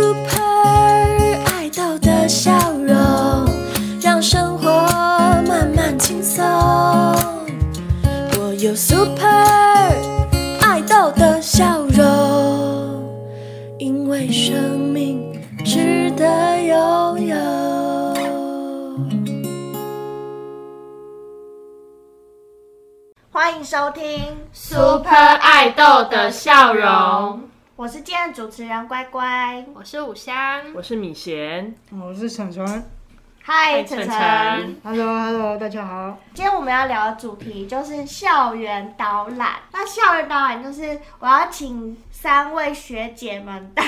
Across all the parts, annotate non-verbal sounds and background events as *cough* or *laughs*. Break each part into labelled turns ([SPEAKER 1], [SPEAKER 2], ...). [SPEAKER 1] Super 爱豆的笑容，让生活慢慢轻松。我有 Super 爱豆的笑容，因为生命值得拥有。
[SPEAKER 2] 欢迎收听，
[SPEAKER 3] Super 爱豆的笑容，
[SPEAKER 2] 我是今天的主持人乖乖。
[SPEAKER 3] 我是五香，
[SPEAKER 4] 我是米贤，
[SPEAKER 5] 我是晨晨
[SPEAKER 2] 嗨，
[SPEAKER 3] 晨
[SPEAKER 2] 晨晨
[SPEAKER 3] 晨。
[SPEAKER 5] ，Hello Hello，大家好。
[SPEAKER 2] 今天我们要聊的主题就是校园导览。那校园导览就是我要请三位学姐们带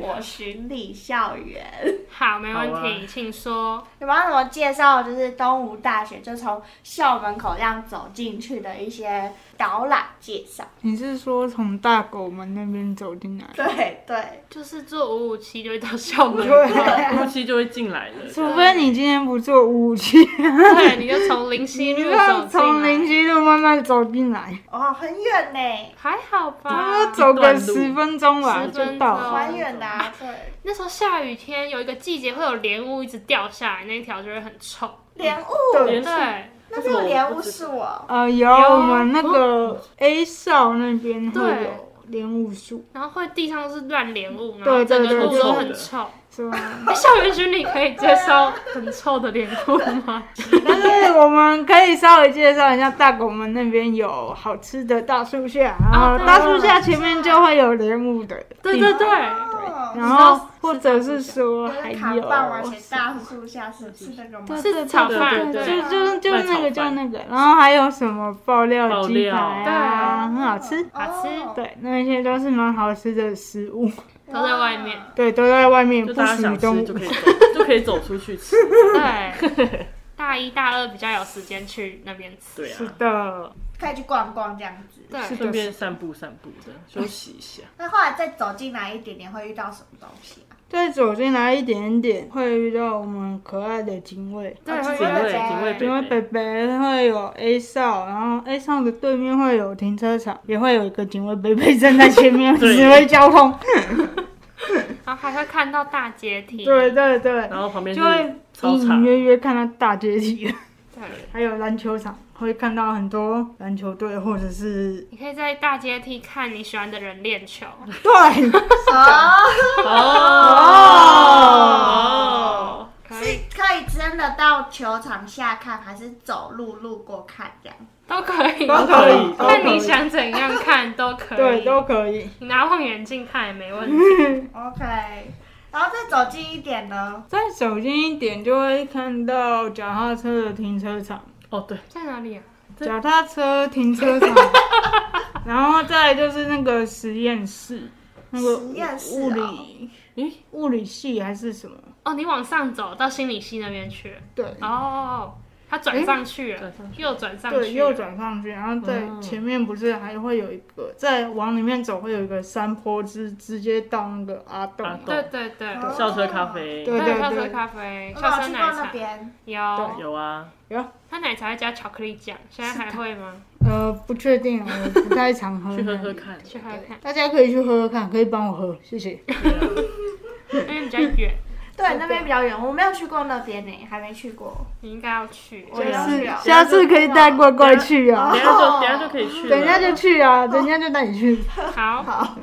[SPEAKER 2] 我巡礼校园。
[SPEAKER 3] 好，没问题，
[SPEAKER 4] 好啊
[SPEAKER 3] 请说。
[SPEAKER 2] 你们要怎么介绍？就是东吴大学，就从校门口这样走进去的一些导览介绍。
[SPEAKER 5] 你是说从大狗门那边走进来？
[SPEAKER 2] 对对，
[SPEAKER 3] 就是坐五五七就会到校
[SPEAKER 5] *laughs*
[SPEAKER 3] 门，
[SPEAKER 5] 哎
[SPEAKER 3] 啊
[SPEAKER 4] 夫妻就会进来了。
[SPEAKER 5] 除非你今天不坐五
[SPEAKER 3] *laughs*
[SPEAKER 5] 七，
[SPEAKER 3] 对，你就从林
[SPEAKER 5] 你
[SPEAKER 3] 夕
[SPEAKER 5] 就
[SPEAKER 3] 路
[SPEAKER 5] 要
[SPEAKER 3] 走
[SPEAKER 5] 从零
[SPEAKER 3] 进来，
[SPEAKER 5] 七路慢慢走进来，
[SPEAKER 2] 哦，很远呢，
[SPEAKER 3] 还好
[SPEAKER 5] 要
[SPEAKER 3] 吧？
[SPEAKER 5] 啊走
[SPEAKER 4] 一段
[SPEAKER 5] 个
[SPEAKER 4] 路
[SPEAKER 5] 十分钟吧
[SPEAKER 3] 10
[SPEAKER 5] 就
[SPEAKER 3] 分
[SPEAKER 5] 到
[SPEAKER 3] 钟
[SPEAKER 5] 了。
[SPEAKER 2] 蛮远的、啊。
[SPEAKER 5] 嗯
[SPEAKER 2] 对，
[SPEAKER 3] 那时候下雨天，有一个季节会有莲雾一直掉下来，那一条就会很臭。
[SPEAKER 2] 莲雾，
[SPEAKER 4] 对
[SPEAKER 5] 啊
[SPEAKER 3] 对
[SPEAKER 2] 那边有莲雾是我。
[SPEAKER 5] 呃，有我们那个 A 校那边会
[SPEAKER 3] 对
[SPEAKER 5] 有莲雾树，
[SPEAKER 3] 然后会地上都是乱莲雾，然后
[SPEAKER 5] 对
[SPEAKER 3] 整个
[SPEAKER 5] 对对
[SPEAKER 3] 路都
[SPEAKER 4] 对
[SPEAKER 3] 很
[SPEAKER 4] 对
[SPEAKER 3] 臭。
[SPEAKER 5] 是吧？ *laughs*
[SPEAKER 3] 那校园巡礼可以接受很臭的莲雾吗？
[SPEAKER 5] 但是我们可以稍微介绍一下，大狗门那边有好吃的大树下，然
[SPEAKER 3] 啊
[SPEAKER 5] 后大树下前面就会有莲雾的地方。
[SPEAKER 3] 对对对，
[SPEAKER 2] 哦
[SPEAKER 5] 然后或者是说还
[SPEAKER 2] 卡
[SPEAKER 5] 有
[SPEAKER 2] 棒啊嘛，写大树下是是那个吗？
[SPEAKER 3] 是炒饭，
[SPEAKER 4] 对啊
[SPEAKER 5] 就就是就
[SPEAKER 4] 卖
[SPEAKER 5] 那个
[SPEAKER 4] 炒
[SPEAKER 5] 就
[SPEAKER 4] 饭
[SPEAKER 5] 那个，然后还有什么爆料
[SPEAKER 4] 爆
[SPEAKER 5] 鸡排
[SPEAKER 4] 料
[SPEAKER 5] 啊，很好吃。
[SPEAKER 3] 好吃
[SPEAKER 2] 哦
[SPEAKER 5] 对，那些都是蛮好吃的食物，
[SPEAKER 3] 都在外面。
[SPEAKER 5] 对，都在外面
[SPEAKER 4] 就
[SPEAKER 5] 不
[SPEAKER 4] 大家
[SPEAKER 5] 许
[SPEAKER 4] 想
[SPEAKER 5] 动
[SPEAKER 4] 吃
[SPEAKER 5] 物
[SPEAKER 4] 就。可以走，就可以走出去吃。
[SPEAKER 3] 对，大一大二比较有时间去那边吃。
[SPEAKER 4] 对
[SPEAKER 5] 是
[SPEAKER 4] 啊， *laughs*
[SPEAKER 5] 的，
[SPEAKER 2] 可以去逛逛这样子。
[SPEAKER 3] 对，
[SPEAKER 4] 顺便散步散步的，休息一下。
[SPEAKER 2] 那后来再走进来一点点，会遇到什么东西啊？
[SPEAKER 5] 再走进来一点点，会遇到我们可爱的警卫。
[SPEAKER 3] 对，
[SPEAKER 2] 警卫
[SPEAKER 3] 会觉得
[SPEAKER 2] 警卫
[SPEAKER 4] 北
[SPEAKER 5] 警卫北北会有 A 哨，然后 A 哨的对面会有停车场，也会有一个警卫北北站在前面
[SPEAKER 4] *laughs* 对
[SPEAKER 5] 指挥交通。 *laughs*
[SPEAKER 3] 然后还会看到大阶梯。
[SPEAKER 5] 对对对，
[SPEAKER 4] 然后旁边
[SPEAKER 5] 就会
[SPEAKER 4] 是操
[SPEAKER 5] 隐隐
[SPEAKER 4] 场，
[SPEAKER 5] 约约看到大阶梯，
[SPEAKER 3] 对
[SPEAKER 5] 还有篮球场，会看到很多篮球队或者是
[SPEAKER 3] 你可以在大阶梯看你喜欢的人练球。
[SPEAKER 5] 对
[SPEAKER 2] *laughs* 哦，
[SPEAKER 3] 哦
[SPEAKER 4] 哦
[SPEAKER 3] 可以，
[SPEAKER 2] 可以真的到球场下看，还是走路路过看这样？
[SPEAKER 3] 都可以。
[SPEAKER 5] 都
[SPEAKER 4] 可以都
[SPEAKER 3] 看你想怎样看都可以。
[SPEAKER 5] *laughs* 对都可以。
[SPEAKER 3] 你拿望远镜看也没问 *laughs* 题。
[SPEAKER 2] OK，然后再走近一点呢？
[SPEAKER 5] 再走近一点就会看到脚踏车的停车场，
[SPEAKER 4] 哦对，
[SPEAKER 3] 在哪里啊？
[SPEAKER 5] 脚踏车停车场，然后再来就是那个实验室，那个
[SPEAKER 2] 实验室
[SPEAKER 5] 物
[SPEAKER 2] 哦
[SPEAKER 5] 理
[SPEAKER 4] 咦，
[SPEAKER 5] 物理系还是什么？
[SPEAKER 3] 哦，你往上走到心理系那边去。
[SPEAKER 5] 对
[SPEAKER 3] 哦，他转上去了
[SPEAKER 4] 转，上去
[SPEAKER 3] 又转上去，
[SPEAKER 5] 对，右。转上去，然后在
[SPEAKER 4] 嗯
[SPEAKER 5] 前面不是还会有一个，再往里面走会有一个山坡，直直接到那个阿洞
[SPEAKER 4] 阿
[SPEAKER 5] 嘛。
[SPEAKER 4] 洞
[SPEAKER 3] 对对对。
[SPEAKER 2] 哦
[SPEAKER 4] 校车咖啡
[SPEAKER 5] 对
[SPEAKER 3] 对，校车咖啡，
[SPEAKER 2] 我
[SPEAKER 3] 校
[SPEAKER 2] 有
[SPEAKER 3] 车
[SPEAKER 2] 去
[SPEAKER 3] 奶
[SPEAKER 2] 过那
[SPEAKER 3] 茶
[SPEAKER 2] 边，
[SPEAKER 3] 有，
[SPEAKER 4] 有啊，
[SPEAKER 3] 他奶茶会加巧克力酱，现在还会吗？
[SPEAKER 5] 呃，不确定，我不太常
[SPEAKER 4] *laughs*
[SPEAKER 5] 喝。
[SPEAKER 4] 去喝喝。
[SPEAKER 5] 嗯
[SPEAKER 4] 看。
[SPEAKER 3] 去喝喝看，
[SPEAKER 5] 大家可以去喝喝看，可以帮我喝，谢谢。
[SPEAKER 3] 因为比较远，
[SPEAKER 2] 对，那边比较远，我没有去过那边呢，还没去过。
[SPEAKER 3] 你应该要去。
[SPEAKER 2] 我要去啊
[SPEAKER 5] 下次可以带乖乖去啊
[SPEAKER 4] 等，一下就等一下就可以去了，
[SPEAKER 5] 等一下就去啊，等一下就带你去。
[SPEAKER 3] 好，
[SPEAKER 2] 好，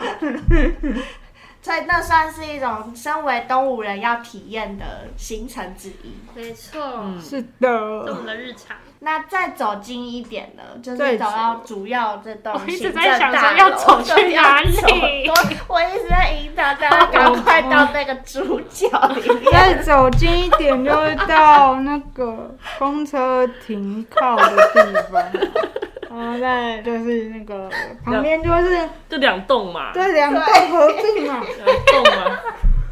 [SPEAKER 2] 所以那算是一种身为东吴人要体验的行程之一。
[SPEAKER 3] 没错，
[SPEAKER 5] 是
[SPEAKER 3] 这我
[SPEAKER 5] 的
[SPEAKER 3] 们，的日常。
[SPEAKER 2] 那再走近一点呢，就是
[SPEAKER 5] 再
[SPEAKER 2] 走
[SPEAKER 5] 走
[SPEAKER 2] 到主要这栋
[SPEAKER 3] 我一
[SPEAKER 2] 行
[SPEAKER 3] 直
[SPEAKER 2] 政
[SPEAKER 3] 在想
[SPEAKER 2] 大
[SPEAKER 3] 说
[SPEAKER 2] 楼
[SPEAKER 3] 要走去哪里
[SPEAKER 2] *laughs* 到底要走多我一直在引导大家赶快到那个主角里面。
[SPEAKER 5] 再走近一点就会到那个公车停靠的地
[SPEAKER 2] *laughs*
[SPEAKER 5] 方，然后再就是那个旁边就是
[SPEAKER 4] 就两栋嘛，
[SPEAKER 5] 这两栋合并嘛，
[SPEAKER 4] 两栋嘛，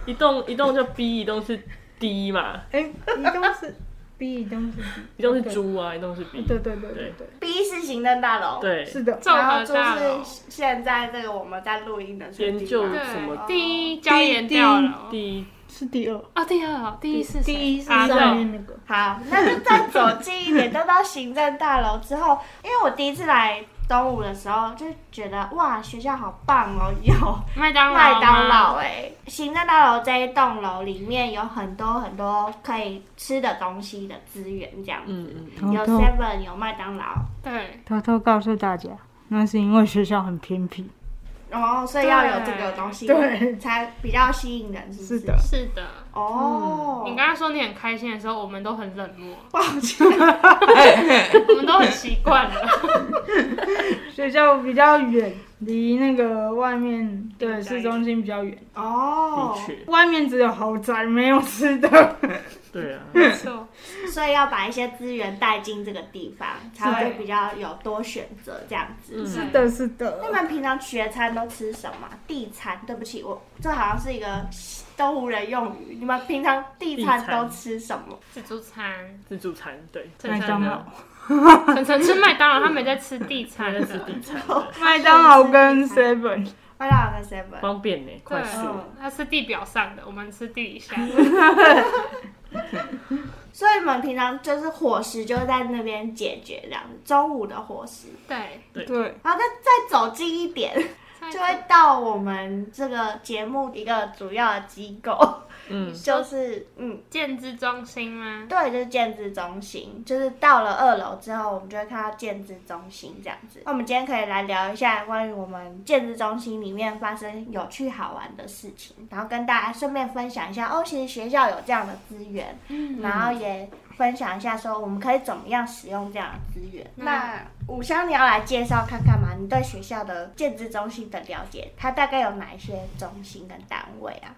[SPEAKER 4] 一栋一栋叫 B，一栋是 D 嘛，
[SPEAKER 5] 哎，一栋是 B，一栋是 B，
[SPEAKER 4] 一栋是猪啊，一栋是 B，
[SPEAKER 5] 对对对对对，
[SPEAKER 2] B 是行政大楼，，
[SPEAKER 4] 对，
[SPEAKER 5] 是的，
[SPEAKER 3] 综
[SPEAKER 2] 然
[SPEAKER 3] 合
[SPEAKER 2] 后就
[SPEAKER 3] 大楼
[SPEAKER 2] 是现在这个我们在录音的这个地
[SPEAKER 4] 研究
[SPEAKER 2] 方
[SPEAKER 4] 什么
[SPEAKER 3] 对，第一椒盐掉了。
[SPEAKER 4] 第一
[SPEAKER 5] 是第二，
[SPEAKER 3] 哦，第二，第一是谁
[SPEAKER 5] 第一是
[SPEAKER 3] 啊
[SPEAKER 5] 上
[SPEAKER 3] 对
[SPEAKER 5] 面那个。
[SPEAKER 2] 好，那就再走近一点，到到行政大楼之后，因为我第一次来中午的时候就觉得哇，学校好棒哦，有
[SPEAKER 3] 麦
[SPEAKER 4] 啊
[SPEAKER 3] 当劳吗
[SPEAKER 2] 麦当劳哎、行政大楼这一栋楼里面有很多很多可以吃的东西的资源，这样子、
[SPEAKER 4] 嗯嗯，
[SPEAKER 5] 偷
[SPEAKER 2] 有
[SPEAKER 5] 偷
[SPEAKER 2] Seven 有麦当劳，
[SPEAKER 3] 对，
[SPEAKER 5] 偷偷告诉大家，那是因为学校很偏僻。
[SPEAKER 2] 然后所以要有这个东西
[SPEAKER 5] 对
[SPEAKER 2] 才比较吸引人，是不是？
[SPEAKER 5] 是的
[SPEAKER 3] 是的。
[SPEAKER 4] 嗯
[SPEAKER 2] 哦，
[SPEAKER 3] 你刚刚说你很开心的时候，我们都很冷漠，
[SPEAKER 2] 抱歉，
[SPEAKER 4] 嗯
[SPEAKER 3] *laughs* 我们都很习惯了。
[SPEAKER 5] 学校比较远，离那个外面的市中心比较远，
[SPEAKER 2] 哦
[SPEAKER 4] 的，确，
[SPEAKER 5] 外面只有豪宅，没有吃的。 *laughs*
[SPEAKER 4] 对啊，
[SPEAKER 3] 没错，
[SPEAKER 2] 所以要把一些资源带进这个地方，才会比较有多选择这样子。
[SPEAKER 4] 嗯
[SPEAKER 5] 是的，是
[SPEAKER 2] 那
[SPEAKER 5] 的
[SPEAKER 2] 你。们平常学餐都吃什么？地餐？对不起，我这好像是一个都无人用语。你们平常地餐
[SPEAKER 4] 地餐
[SPEAKER 2] 都吃什么？
[SPEAKER 3] 自助餐，
[SPEAKER 4] 自助餐对，
[SPEAKER 3] 晨
[SPEAKER 5] 麦当
[SPEAKER 3] 晨
[SPEAKER 5] 劳
[SPEAKER 3] 呢？晨晨吃麦当劳，他没在吃地餐
[SPEAKER 4] 在。吃地餐，对
[SPEAKER 5] 麦当劳跟 Seven， *laughs*
[SPEAKER 2] 麦当劳跟 seven。
[SPEAKER 4] 方便呢，快速。
[SPEAKER 2] 嗯
[SPEAKER 3] 他吃地表上的，我们吃地底下。
[SPEAKER 2] 所以你们平常就是伙食就在那边解决这样子，中午的伙食，
[SPEAKER 3] 对，
[SPEAKER 5] 对，
[SPEAKER 2] 然后再再走近一点，就会到我们这个节目一个主要的机构，
[SPEAKER 4] 嗯，
[SPEAKER 2] *laughs* 就是嗯。
[SPEAKER 3] 建制中心吗？
[SPEAKER 2] 对，就是建资中心，就是到了二楼之后，我们就会看到建资中心这样子。那我们今天可以来聊一下关于我们建资中心里面发生有趣好玩的事情，然后跟大家顺便分享一下哦，其实学校有这样的资源，然后也分享一下说我们可以怎么样使用这样的资源。那五香，你要来介绍看看吗？你对学校的建资中心的了解，它大概有哪一些中心跟单位啊？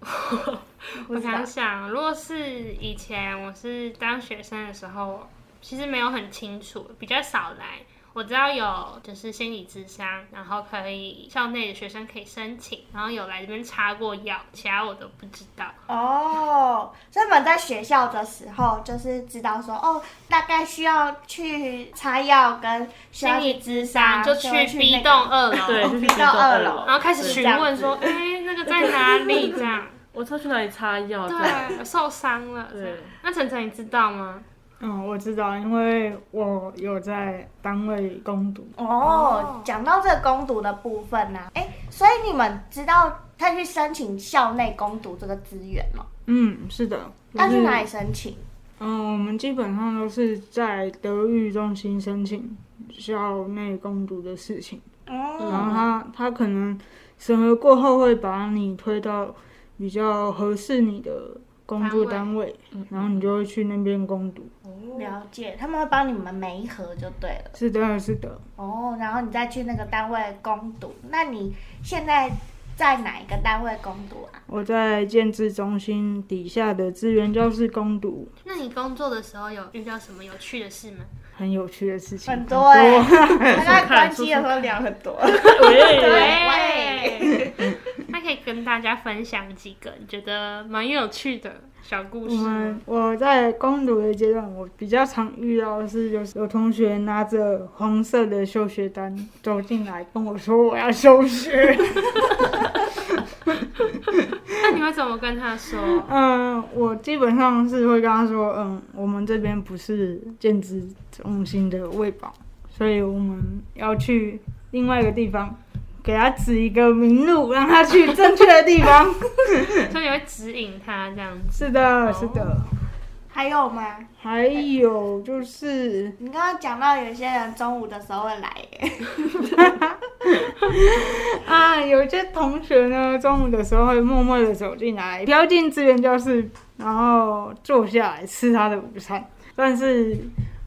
[SPEAKER 2] 不
[SPEAKER 3] 我
[SPEAKER 2] 知道
[SPEAKER 3] 想想，如果是以前我是当学生的时候，其实没有很清楚，比较少来。我知道有就是心理智商，然后可以校内的学生可以申请，然后有来这边插过药，其他我都不知道。
[SPEAKER 2] 哦，所以我们在学校的时候就是知道说，哦，大概需要去擦药跟需要
[SPEAKER 3] 心
[SPEAKER 2] 去
[SPEAKER 3] 理
[SPEAKER 2] 咨
[SPEAKER 3] 智
[SPEAKER 2] 商，
[SPEAKER 3] 商就
[SPEAKER 2] 就
[SPEAKER 3] 去
[SPEAKER 2] 会去
[SPEAKER 3] B
[SPEAKER 2] 那
[SPEAKER 3] 栋
[SPEAKER 2] 个。
[SPEAKER 3] 二楼，
[SPEAKER 4] 对，就是
[SPEAKER 2] 比
[SPEAKER 4] 地
[SPEAKER 2] 到
[SPEAKER 4] 洞
[SPEAKER 2] 二
[SPEAKER 4] 二
[SPEAKER 2] 楼
[SPEAKER 4] 楼，
[SPEAKER 3] 然后开始询问说，哎、那个在哪里？这样，
[SPEAKER 4] 我要去哪里擦药？这样
[SPEAKER 3] *laughs* 对，受伤了。这样
[SPEAKER 4] 对
[SPEAKER 3] 那晨晨你知道吗？
[SPEAKER 5] 嗯，我知道，因为我有在单位攻读。
[SPEAKER 2] 哦，讲到这个攻读的部分呢、啊，哎，所以你们知道他去申请校内攻读这个资源吗？
[SPEAKER 5] 嗯，是的。
[SPEAKER 2] 要去哪
[SPEAKER 5] 就是
[SPEAKER 2] 里申请？
[SPEAKER 5] 嗯，我们基本上都是在德育中心申请校内攻读的事情，然后
[SPEAKER 2] 嗯，
[SPEAKER 5] 他他可能审核过后会把你推到比较合适你的工作单
[SPEAKER 3] 单
[SPEAKER 5] 位，
[SPEAKER 2] 嗯
[SPEAKER 5] 然后你就会去那边攻读。
[SPEAKER 2] 了解，他们会帮你们每一盒就对了。
[SPEAKER 5] 是的，是的，
[SPEAKER 2] 哦，然后你再去那个单位攻读。那你现在在哪一个单位攻读啊？
[SPEAKER 5] 我在建制中心底下的资源教室攻读，
[SPEAKER 3] 那你工作的时候有遇到什么有趣的事吗？
[SPEAKER 5] 很有趣的事情，
[SPEAKER 2] 很多哎、 *laughs* 他刚才关机的时候聊很多。
[SPEAKER 4] 喂，
[SPEAKER 2] 对
[SPEAKER 3] 对，那可以跟大家分享几个你觉得蛮有趣的小故
[SPEAKER 5] 我
[SPEAKER 3] 事
[SPEAKER 5] 们
[SPEAKER 3] 吗。
[SPEAKER 5] 我在攻读的阶段，我比较常遇到的是，就是有同学拿着黄色的休学单走进来跟我说我要休学。
[SPEAKER 3] 那你会怎么跟他
[SPEAKER 5] *laughs*
[SPEAKER 3] 说？
[SPEAKER 5] 嗯，我基本上是会跟他说，嗯，我们这边不是建职中心的卫保，所以我们要去另外一个地方，给他指一个明路，让他去正确的地方。
[SPEAKER 3] 所以你会指引他这样子。
[SPEAKER 5] 是的，是的。
[SPEAKER 2] 还有吗？
[SPEAKER 5] 还有就是，
[SPEAKER 2] 你刚刚讲到有些人中午的时候会来耶，
[SPEAKER 5] *laughs* 啊，有一些同学呢，中午的时候会默默的走进来，飘进资源教室，然后坐下来吃他的午餐。但是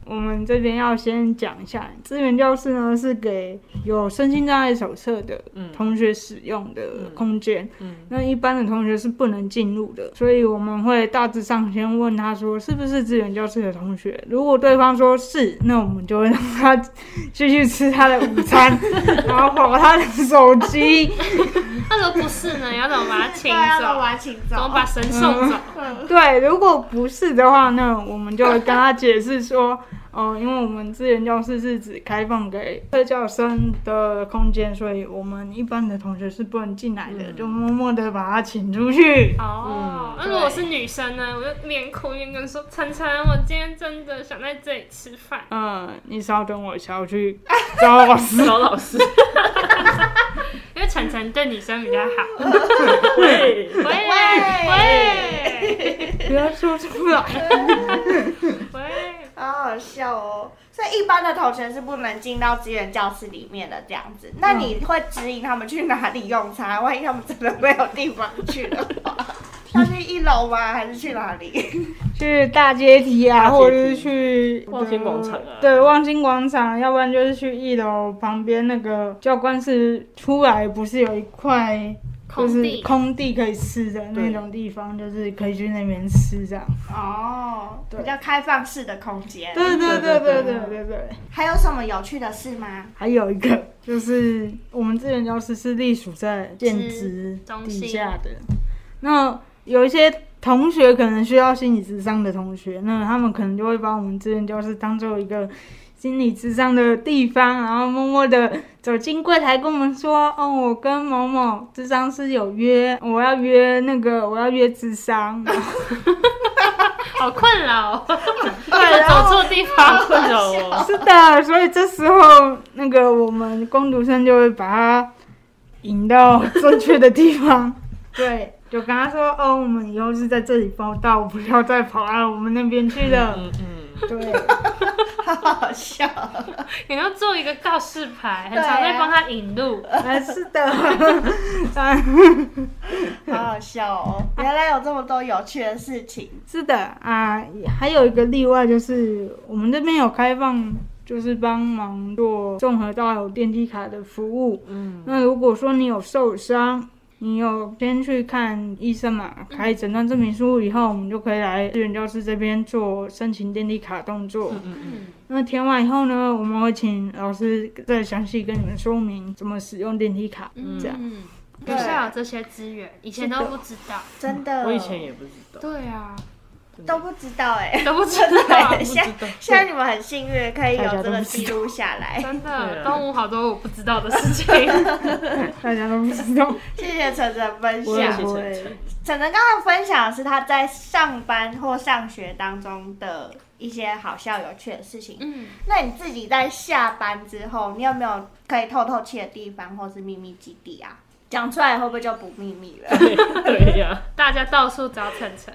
[SPEAKER 5] 我们这边要先讲一下，资源教室呢是给有身心障碍手册的
[SPEAKER 4] 嗯
[SPEAKER 5] 同学使用的空间，
[SPEAKER 4] 嗯，
[SPEAKER 5] 那一般的同学是不能进入的，所以我们会大致上先问他说是不是资源教室的同学，如果对方说是，那我们就会让他继续吃他的午餐，然后划他的手机。
[SPEAKER 3] 那如果不是呢？你要怎么把他
[SPEAKER 2] 对
[SPEAKER 3] 请
[SPEAKER 2] 啊，要
[SPEAKER 3] 走？
[SPEAKER 2] 把他请
[SPEAKER 3] 怎么
[SPEAKER 2] 走。
[SPEAKER 3] 把
[SPEAKER 2] *laughs*
[SPEAKER 5] *laughs*
[SPEAKER 3] 神送走？
[SPEAKER 5] 对，如果不是的话，那我们就会跟他解释说，哦，因为我们资源教室是只开放给特教生的空间，所以我们一般的同学是不能进来的，就默默的把他请出去。嗯
[SPEAKER 3] 哦，那
[SPEAKER 2] 对
[SPEAKER 3] 如果是女生呢？我就面哭面跟说：“晨晨，我今天真的想在这里吃饭。
[SPEAKER 5] 嗯，你稍等我一下，我去找老师。
[SPEAKER 4] 找老师，”
[SPEAKER 3] 因为晨晨对女生比较好。
[SPEAKER 4] 对，
[SPEAKER 3] 喂喂
[SPEAKER 5] *laughs* 不要说出来。
[SPEAKER 3] 喂，
[SPEAKER 2] 好好笑哦！所以一般的同学是不能进到资源教室里面的这样子。那你会指引他们去哪里用餐？万一他们真的没有地方去的 *laughs* 话，要去一楼吗？还是去哪里？
[SPEAKER 5] 去大阶梯
[SPEAKER 4] 大阶
[SPEAKER 5] 啊，
[SPEAKER 4] 梯
[SPEAKER 5] 或者是去
[SPEAKER 4] 望京广场啊
[SPEAKER 5] 对，望京广场，要不然就是去一楼旁边那个教官室出来，不是有一块就
[SPEAKER 3] 空
[SPEAKER 5] 是
[SPEAKER 3] 地，
[SPEAKER 5] 空地可以吃的那种地方，就是可以去那边吃这样。
[SPEAKER 2] 哦，比较开放式的空间。
[SPEAKER 5] 对对对
[SPEAKER 4] 对
[SPEAKER 5] 对
[SPEAKER 4] 对
[SPEAKER 5] 对对对。
[SPEAKER 2] 还有什么有趣的事吗？
[SPEAKER 5] 还有一个 *laughs* 就是我们资源教室是隶属在建职
[SPEAKER 3] 中心
[SPEAKER 5] 底下的，那有一些同学可能需要心理智商的同学，那他们可能就会把我们资源教室当做一个。心理智商的地方，然后默默的走进柜台跟我们说：“哦，我跟某某智商是有约，我要约那个，我要约智商。” *laughs*
[SPEAKER 3] 好困扰哦， *laughs*
[SPEAKER 2] 然
[SPEAKER 3] 走
[SPEAKER 2] 后
[SPEAKER 3] 错地
[SPEAKER 5] *laughs*
[SPEAKER 2] *laughs*
[SPEAKER 3] 方。
[SPEAKER 5] 啊
[SPEAKER 4] 困扰我。
[SPEAKER 5] 是的，所以这时候那个我们攻读生就会把他引 *laughs* 到正确的地方，对，就跟他说：“哦，我们以后是在这里报道，不要再跑到我们那边去了。
[SPEAKER 4] 嗯嗯，
[SPEAKER 5] 对，
[SPEAKER 2] 好 *laughs* 好笑。
[SPEAKER 3] 你要做一个告示牌，很
[SPEAKER 2] 对啊
[SPEAKER 3] 常在帮他引路。
[SPEAKER 5] 哎，是 *laughs* 的，啊，
[SPEAKER 2] *laughs* 好好笑哦！原来有这么多有趣的事情。
[SPEAKER 5] 是的啊，还有一个例外就是我们这边有开放。就是帮忙做综合到有电梯卡的服务。嗯，那如果说你有受伤，你有先去看医生嘛，开诊断证明书以后，我们就可以来志愿教室这边做申请电梯卡动作。那填完以后呢，我们会请老师再详细跟你们说明怎么使用电梯卡。嗯，这样
[SPEAKER 3] 嗯，学校有这些资源，以前都不知道。
[SPEAKER 2] 真的，
[SPEAKER 4] 我以前也不知道，
[SPEAKER 3] 对啊，
[SPEAKER 2] 都不知道哎、 *laughs*
[SPEAKER 3] 都不知道，
[SPEAKER 2] 对，现在现在你们很幸运，可以有这个记录下 *laughs* 来。
[SPEAKER 3] 真
[SPEAKER 4] 对
[SPEAKER 3] 的， *laughs*
[SPEAKER 4] 啊
[SPEAKER 3] 东吴好多我不知道的事情。 *laughs*
[SPEAKER 5] 大家都不知道，
[SPEAKER 2] 谢谢晨晨分
[SPEAKER 5] 我也
[SPEAKER 2] 享
[SPEAKER 4] 谢。
[SPEAKER 5] 不
[SPEAKER 4] 谢晨
[SPEAKER 5] 会
[SPEAKER 4] 晨。
[SPEAKER 2] 晨晨刚刚分享的是他在上班或上学当中的一些好笑有趣的事情。
[SPEAKER 3] 嗯，
[SPEAKER 2] 那你自己在下班之后，你有没有可以透透气的地方，或是秘密基地啊？讲出来会不会就不秘密了？
[SPEAKER 4] *laughs* 对呀，
[SPEAKER 3] 大家到处找晨晨，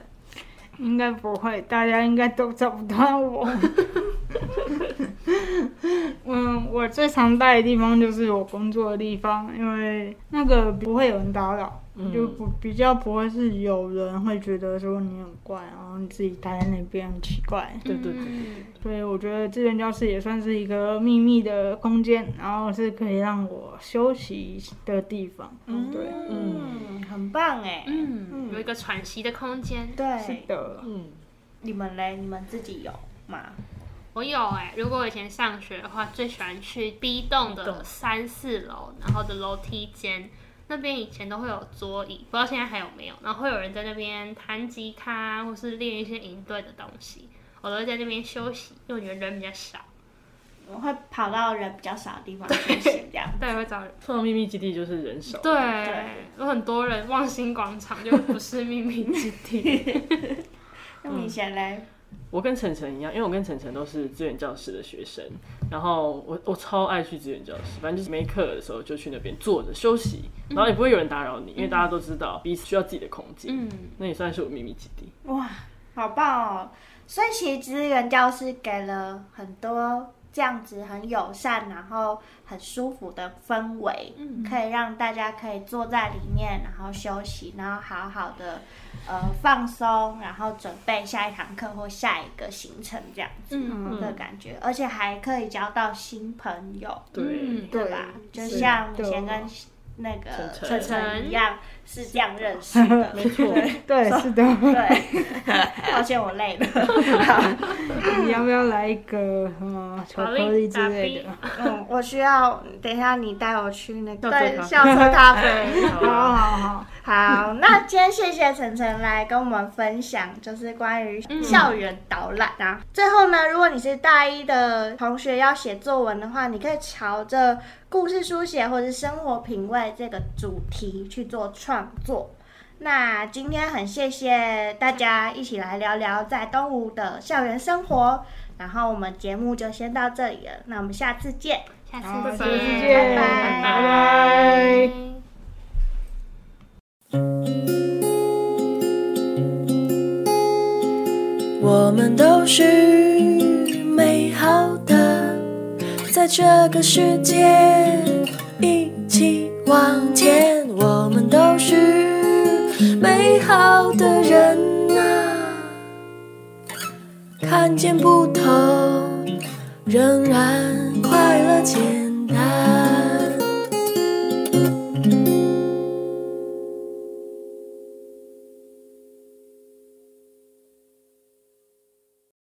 [SPEAKER 5] 应该不会，大家应该都找不到我。 *laughs* 嗯，我最常待的地方就是我工作的地方，因为那个不会有人打扰，就不比较不会是有人会觉得说你很怪，然后你自己待在那边很奇怪。
[SPEAKER 4] 对对对，
[SPEAKER 3] 嗯，
[SPEAKER 5] 所以我觉得志愿教室也算是一个秘密的空间，然后是可以让我休息的地方。嗯，对，
[SPEAKER 2] 嗯，很棒哎、
[SPEAKER 3] 嗯有一个喘息的空间。
[SPEAKER 2] 对，
[SPEAKER 5] 的，
[SPEAKER 4] 嗯，
[SPEAKER 2] 你们嘞？你们自己有吗？
[SPEAKER 3] 我有哎、如果我以前上学的话，最喜欢去 B 栋的三四楼，然后的楼梯间那边以前都会有桌椅，不知道现在还有没有。然后会有人在那边弹吉他，或是练一些营队的东西，我都会在那边休息，因为我觉得人比较少，
[SPEAKER 2] 我会跑到人比较少的地方去写这样。
[SPEAKER 3] 对，会找人。
[SPEAKER 4] 通常秘密基地就是人少，
[SPEAKER 3] 对，有很多人望星广场就不是秘密基地。
[SPEAKER 2] 那明显嘞，
[SPEAKER 4] 我跟晨晨一样，因为我跟晨晨都是资源教室的学生，然后我我超爱去资源教室，反正就是没课的时候就去那边坐着休息，然后也不会有人打扰你，因为大家都知道彼此需要自己的空间。
[SPEAKER 3] 嗯，
[SPEAKER 4] 那也算是我秘密基地。
[SPEAKER 2] 哇，好棒哦！所以其实资源教室给了很多这样子很友善，然后很舒服的氛围，
[SPEAKER 3] 嗯
[SPEAKER 2] 可以让大家可以坐在里面，然后休息，然后好好的呃放松，然后准备下一堂课或下一个行程这样子
[SPEAKER 3] 嗯
[SPEAKER 2] 的感觉，而且还可以交到新朋友。
[SPEAKER 4] 对，
[SPEAKER 3] 嗯
[SPEAKER 2] 对吧？就是像以
[SPEAKER 5] 的
[SPEAKER 2] 前跟那个晨
[SPEAKER 4] 晨晨
[SPEAKER 2] 晨一样，是这样认识 *laughs* 的。
[SPEAKER 4] 没错，
[SPEAKER 5] 对，是的。
[SPEAKER 2] 对， *laughs* 抱歉我累了。好
[SPEAKER 5] 你要不要来一个什么巧克力之类的？
[SPEAKER 2] 嗯，我需要等一下你带我去那个对校
[SPEAKER 4] 校
[SPEAKER 2] 车咖 *laughs* 啡。
[SPEAKER 4] 好
[SPEAKER 5] *laughs* 好
[SPEAKER 4] 啊
[SPEAKER 5] 好好，
[SPEAKER 2] 好，那今天谢谢晨晨来跟我们分享，就是关于校园导览啊。最后呢，如果你是大一的同学要写作文的话，你可以朝着故事书写或者生活品味这个主题去做创作。那今天很谢谢大家一起来聊聊在东吴的校园生活，然后我们节目就先到这里了，那我们下次见。
[SPEAKER 3] 下
[SPEAKER 5] 好
[SPEAKER 3] 次
[SPEAKER 5] 下次
[SPEAKER 3] 见，
[SPEAKER 5] 见
[SPEAKER 2] 拜拜
[SPEAKER 5] 拜拜
[SPEAKER 3] 拜
[SPEAKER 1] 我们都是美好的，在这个世界一起往前。我们都是美好的人呐、看见不同，仍然快乐简单。